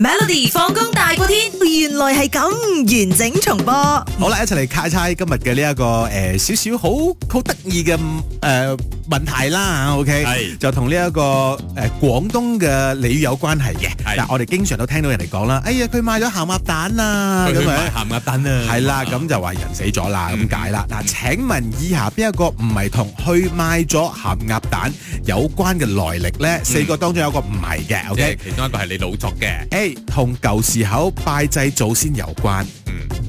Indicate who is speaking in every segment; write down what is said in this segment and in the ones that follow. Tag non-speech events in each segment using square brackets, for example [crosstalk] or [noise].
Speaker 1: Melody 放工大過天，原來係咁完整重播。
Speaker 2: 好啦，一齊嚟猜猜今日嘅呢一個誒少少好好得意嘅誒問題啦嚇，OK，
Speaker 3: 係
Speaker 2: 就同呢一個誒廣東嘅俚語有關係嘅。
Speaker 3: 係
Speaker 2: 嗱，我哋經常都聽到人哋講啦，哎呀佢買咗鹹鴨蛋啊咁樣。
Speaker 3: 佢去買鹹鴨蛋啊。
Speaker 2: 係啦，咁就話人死咗啦，咁解啦。嗱，請問以下邊一個唔係同去買咗鹹鴨蛋有關嘅來歷呢？四個當中有一個唔係嘅，OK。
Speaker 3: 即係其中一個係你老作嘅。
Speaker 2: A 同舊時候拜祭祖先有關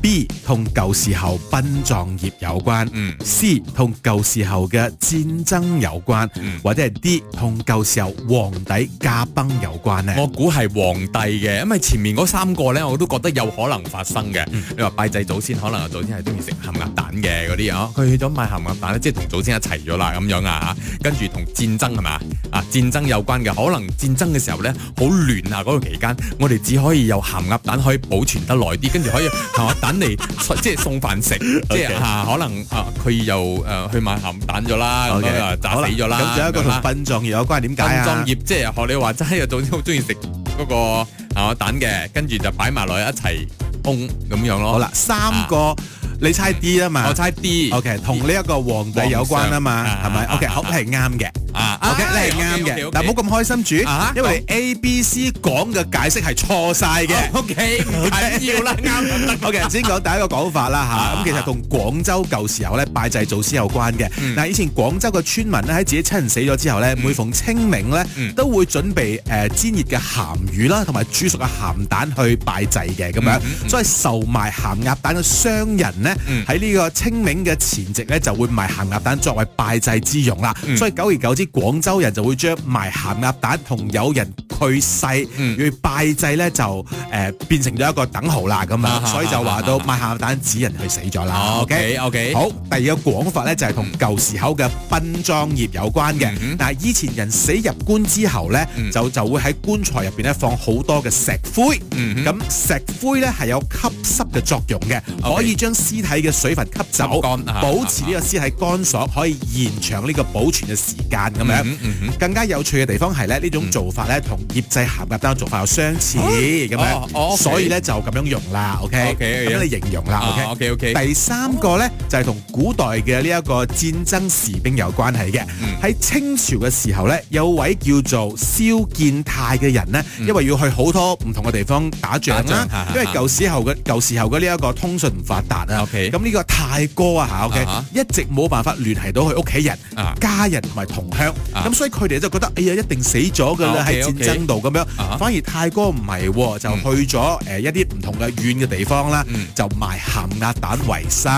Speaker 2: ，B
Speaker 3: 嗯
Speaker 2: 同舊時候殯葬業有關。
Speaker 3: 嗯
Speaker 2: C 同舊時候嘅戰爭有關，
Speaker 3: 嗯
Speaker 2: 或者係 D 同舊時候皇帝駕崩有關呢？
Speaker 3: 我估係皇帝嘅，因為前面嗰三個咧，我都覺得有可能發生嘅。
Speaker 2: 嗯
Speaker 3: 你話拜祭祖先，可能祖先係中意食鹹鴨蛋嘅嗰啲啊，佢去咗買鹹鴨蛋咧，即係同祖先一齊咗啦咁樣啊嚇跟住同戰爭係嘛啊戰爭有關嘅，可能戰爭嘅時候咧好亂啊嗰、個期間，我哋只可以有鹹鴨蛋可以保存得耐啲，跟住可以鹹鴨蛋嚟 [laughs] 即係送飯食，即係
Speaker 2: Okay
Speaker 3: 啊可能啊佢又誒、呃去買鹹蛋咗啦，咁
Speaker 2: OK，
Speaker 3: 樣啊炸
Speaker 2: 好啦
Speaker 3: 死咗啦，
Speaker 2: 咁仲有一個
Speaker 3: 咁樣啊
Speaker 2: 同
Speaker 3: 啦
Speaker 2: 殯葬業有關，點解
Speaker 3: 殯
Speaker 2: 啊
Speaker 3: 葬？業即係學你話齋，有總之好中意食嗰個鹹鴨蛋嘅，跟住就擺埋落去一齊烘咁樣咯。
Speaker 2: 好啦，，三個你猜 D 啊嘛
Speaker 3: 我猜 D。
Speaker 2: ，OK，同呢一個皇帝有關啊嘛，
Speaker 3: 皇上
Speaker 2: 係咪
Speaker 3: 啊
Speaker 2: ？OK，
Speaker 3: 啊
Speaker 2: 好係啱嘅
Speaker 3: 啊
Speaker 2: ，OK，你係啱嘅，但唔好咁開心住
Speaker 3: 啊，
Speaker 2: 因為你 A、B、C 講嘅解釋係錯晒嘅。
Speaker 3: O K，唔緊要啦，啱
Speaker 2: [laughs]
Speaker 3: 就 [laughs] 得。
Speaker 2: OK，先講第一個講法啦
Speaker 3: 啊
Speaker 2: 吓，咁其實同廣州舊時候咧拜祭祖先有關嘅。
Speaker 3: 嗯
Speaker 2: 嗱，以前廣州嘅村民咧喺自己親人死咗之後咧，每逢清明咧
Speaker 3: 嗯
Speaker 2: 都會準備誒煎熱嘅鹹魚啦，同埋煮熟嘅鹹蛋去拜祭嘅咁樣。所以售賣鹹鴨蛋嘅商人咧
Speaker 3: 嗯
Speaker 2: 喺呢個清明嘅前夕咧就會賣鹹鴨蛋作為拜祭之用啦。
Speaker 3: 嗯
Speaker 2: 所以久而久之，廣州人就會將賣鹹鴨蛋同有人去世
Speaker 3: 嗯
Speaker 2: 要拜祭咧就誒變成咗一個等號啦咁樣。
Speaker 3: 啊哦
Speaker 2: 所以就話到買鹹蛋指人去死咗啦。
Speaker 3: O K O K，
Speaker 2: 好，第二個講法咧就係同舊時候嘅殯葬業有關嘅
Speaker 3: 嗯哼。
Speaker 2: 嗱，以前人死入棺之後咧
Speaker 3: 嗯，
Speaker 2: 就就會喺棺材入邊咧放好多嘅石灰。
Speaker 3: 嗯哼
Speaker 2: 咁石灰咧係有吸濕嘅作用嘅，
Speaker 3: OK
Speaker 2: 可以將屍體嘅水分吸走，
Speaker 3: 吸乾啊
Speaker 2: 保持呢個屍體乾爽，可以延長呢個保存嘅時間咁樣
Speaker 3: 嗯哼嗯。
Speaker 2: 更加有趣嘅地方係咧，呢種做法咧同醃製鹹鴨蛋做法有相似咁樣，
Speaker 3: 哦哦，OK
Speaker 2: 所以咧就咁樣用啦，OK，
Speaker 3: OK，OK
Speaker 2: 咁你形容啦，OK。
Speaker 3: O K O K，
Speaker 2: 第三個呢，就係同古代嘅呢一個戰爭士兵有關係嘅
Speaker 3: 嗯。
Speaker 2: 喺清朝嘅時候呢，有位叫做蕭建泰嘅人呢，因為要去好多唔同嘅地方打仗
Speaker 3: 嗯打
Speaker 2: 啦
Speaker 3: 仗哈哈，
Speaker 2: 因為舊時候嘅舊時候嘅呢一個通訊唔發達啊，
Speaker 3: OK
Speaker 2: 咁呢個泰哥啊嚇，OK，
Speaker 3: 啊哈
Speaker 2: 一直冇辦法聯繫到佢屋企人
Speaker 3: 啊、
Speaker 2: 家人同埋同鄉，
Speaker 3: 啊
Speaker 2: 咁所以佢哋就覺得哎呀一定死咗㗎啦
Speaker 3: 啊
Speaker 2: 喺
Speaker 3: ，OK，
Speaker 2: 戰爭度咁樣
Speaker 3: 啊哈，
Speaker 2: 反而泰哥唔係喎，就去咗誒一啲唔同嘅遠嘅地方啦
Speaker 3: 嗯，
Speaker 2: 就賣鹹鴨蛋為生。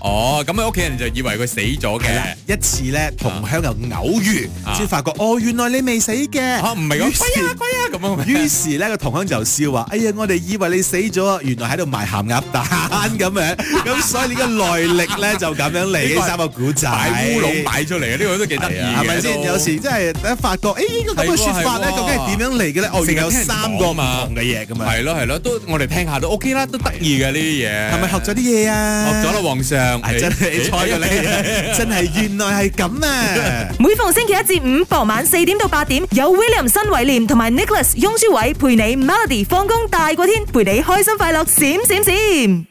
Speaker 3: 哦，咁佢屋企人就以為佢死咗
Speaker 2: 係啦
Speaker 3: 嘅。，
Speaker 2: 一次咧同鄉又偶遇，
Speaker 3: 啊
Speaker 2: 先發覺哦，原來你未死嘅。
Speaker 3: 啊，唔
Speaker 2: [laughs]
Speaker 3: 係
Speaker 2: 於
Speaker 3: 咁，
Speaker 2: 是
Speaker 3: 鬼啊鬼啊咁樣。
Speaker 2: 於是咧個同鄉就笑話：哎呀，我哋以為你死咗啊，原來喺度賣鹹鴨蛋咁樣。咁所以呢個來歷咧就咁樣嚟
Speaker 3: 呢
Speaker 2: 呢
Speaker 3: 個係
Speaker 2: 三個古仔。
Speaker 3: 擺烏龍擺出嚟嘅呢個都幾得意嘅
Speaker 2: 係咪先？
Speaker 3: 都
Speaker 2: 有時真係一發覺，誒呢個咁嘅
Speaker 3: 係喎
Speaker 2: 説法咧，
Speaker 3: 係喎
Speaker 2: 究竟係點樣嚟嘅咧？哦，原來有
Speaker 3: 成日聽人
Speaker 2: 三個
Speaker 3: 講
Speaker 2: 唔
Speaker 3: 嘛
Speaker 2: 同嘅嘢咁啊樣。
Speaker 3: 係咯係咯，都我哋聽下都 OK 啦，都得意嘅呢啲嘢。
Speaker 2: 係咪學咗啲嘢啊？
Speaker 3: 學咗啦，皇上，
Speaker 2: 係真 [laughs] 係
Speaker 3: 誒
Speaker 2: 錯咗你，
Speaker 3: [laughs] 誒
Speaker 2: 真係原來係咁啊！
Speaker 1: 每逢星期一至五傍晚四點到八點，有 William 新偉廉同埋 Nicholas 雍舒偉陪你 Melody 放工大過天，陪你開心快樂閃閃閃。